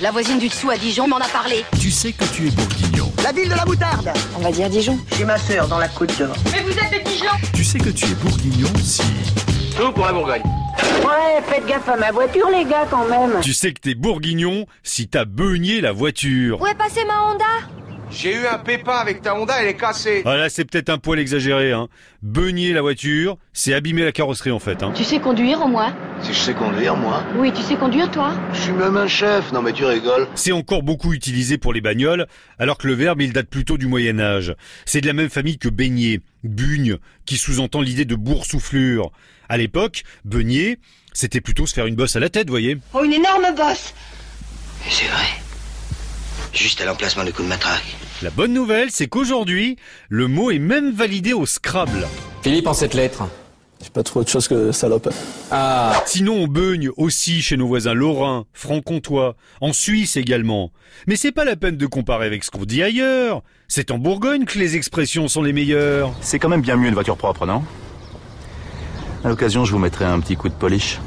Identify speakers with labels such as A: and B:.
A: La voisine du dessous à Dijon m'en a parlé.
B: Tu sais que tu es bourguignon.
C: La ville de la moutarde
D: On va dire Dijon.
C: Chez ma sœur dans la Côte d'Or.
E: Mais vous êtes des pigeons
B: Tu sais que tu es bourguignon si...
F: Tout pour la Bourgogne.
G: Ouais, faites gaffe à ma voiture, les gars, quand même.
H: Tu sais que t'es bourguignon si t'as beugné la voiture.
I: Où est passée ma Honda
F: J'ai eu un pépin avec ta Honda, elle est cassée.
H: Ah là, c'est peut-être un poil exagéré, hein. Beugner la voiture, c'est abîmer la carrosserie, en fait, hein.
J: Tu sais conduire, au moins
K: Si je sais conduire, moi
J: Oui, tu sais conduire, toi
K: Je suis même un chef, non mais tu rigoles.
H: C'est encore beaucoup utilisé pour les bagnoles, alors que le verbe, il date plutôt du Moyen-Âge. C'est de la même famille que baigner, bugne, qui sous-entend l'idée de boursouflure. À l'époque, beugner, c'était plutôt se faire une bosse à la tête, voyez.
L: Oh, une énorme bosse
K: C'est vrai. Juste à l'emplacement du coup de matraque.
H: La bonne nouvelle, c'est qu'aujourd'hui, le mot est même validé au Scrabble.
M: Philippe, en cette lettre
N: J'ai pas trouvé autre chose que salope.
M: Ah
H: Sinon, on beugne aussi chez nos voisins lorrains, franc-comtois, en Suisse également. Mais c'est pas la peine de comparer avec ce qu'on dit ailleurs. C'est en Bourgogne que les expressions sont les meilleures.
O: C'est quand même bien mieux une voiture propre, non À l'occasion, je vous mettrai un petit coup de polish.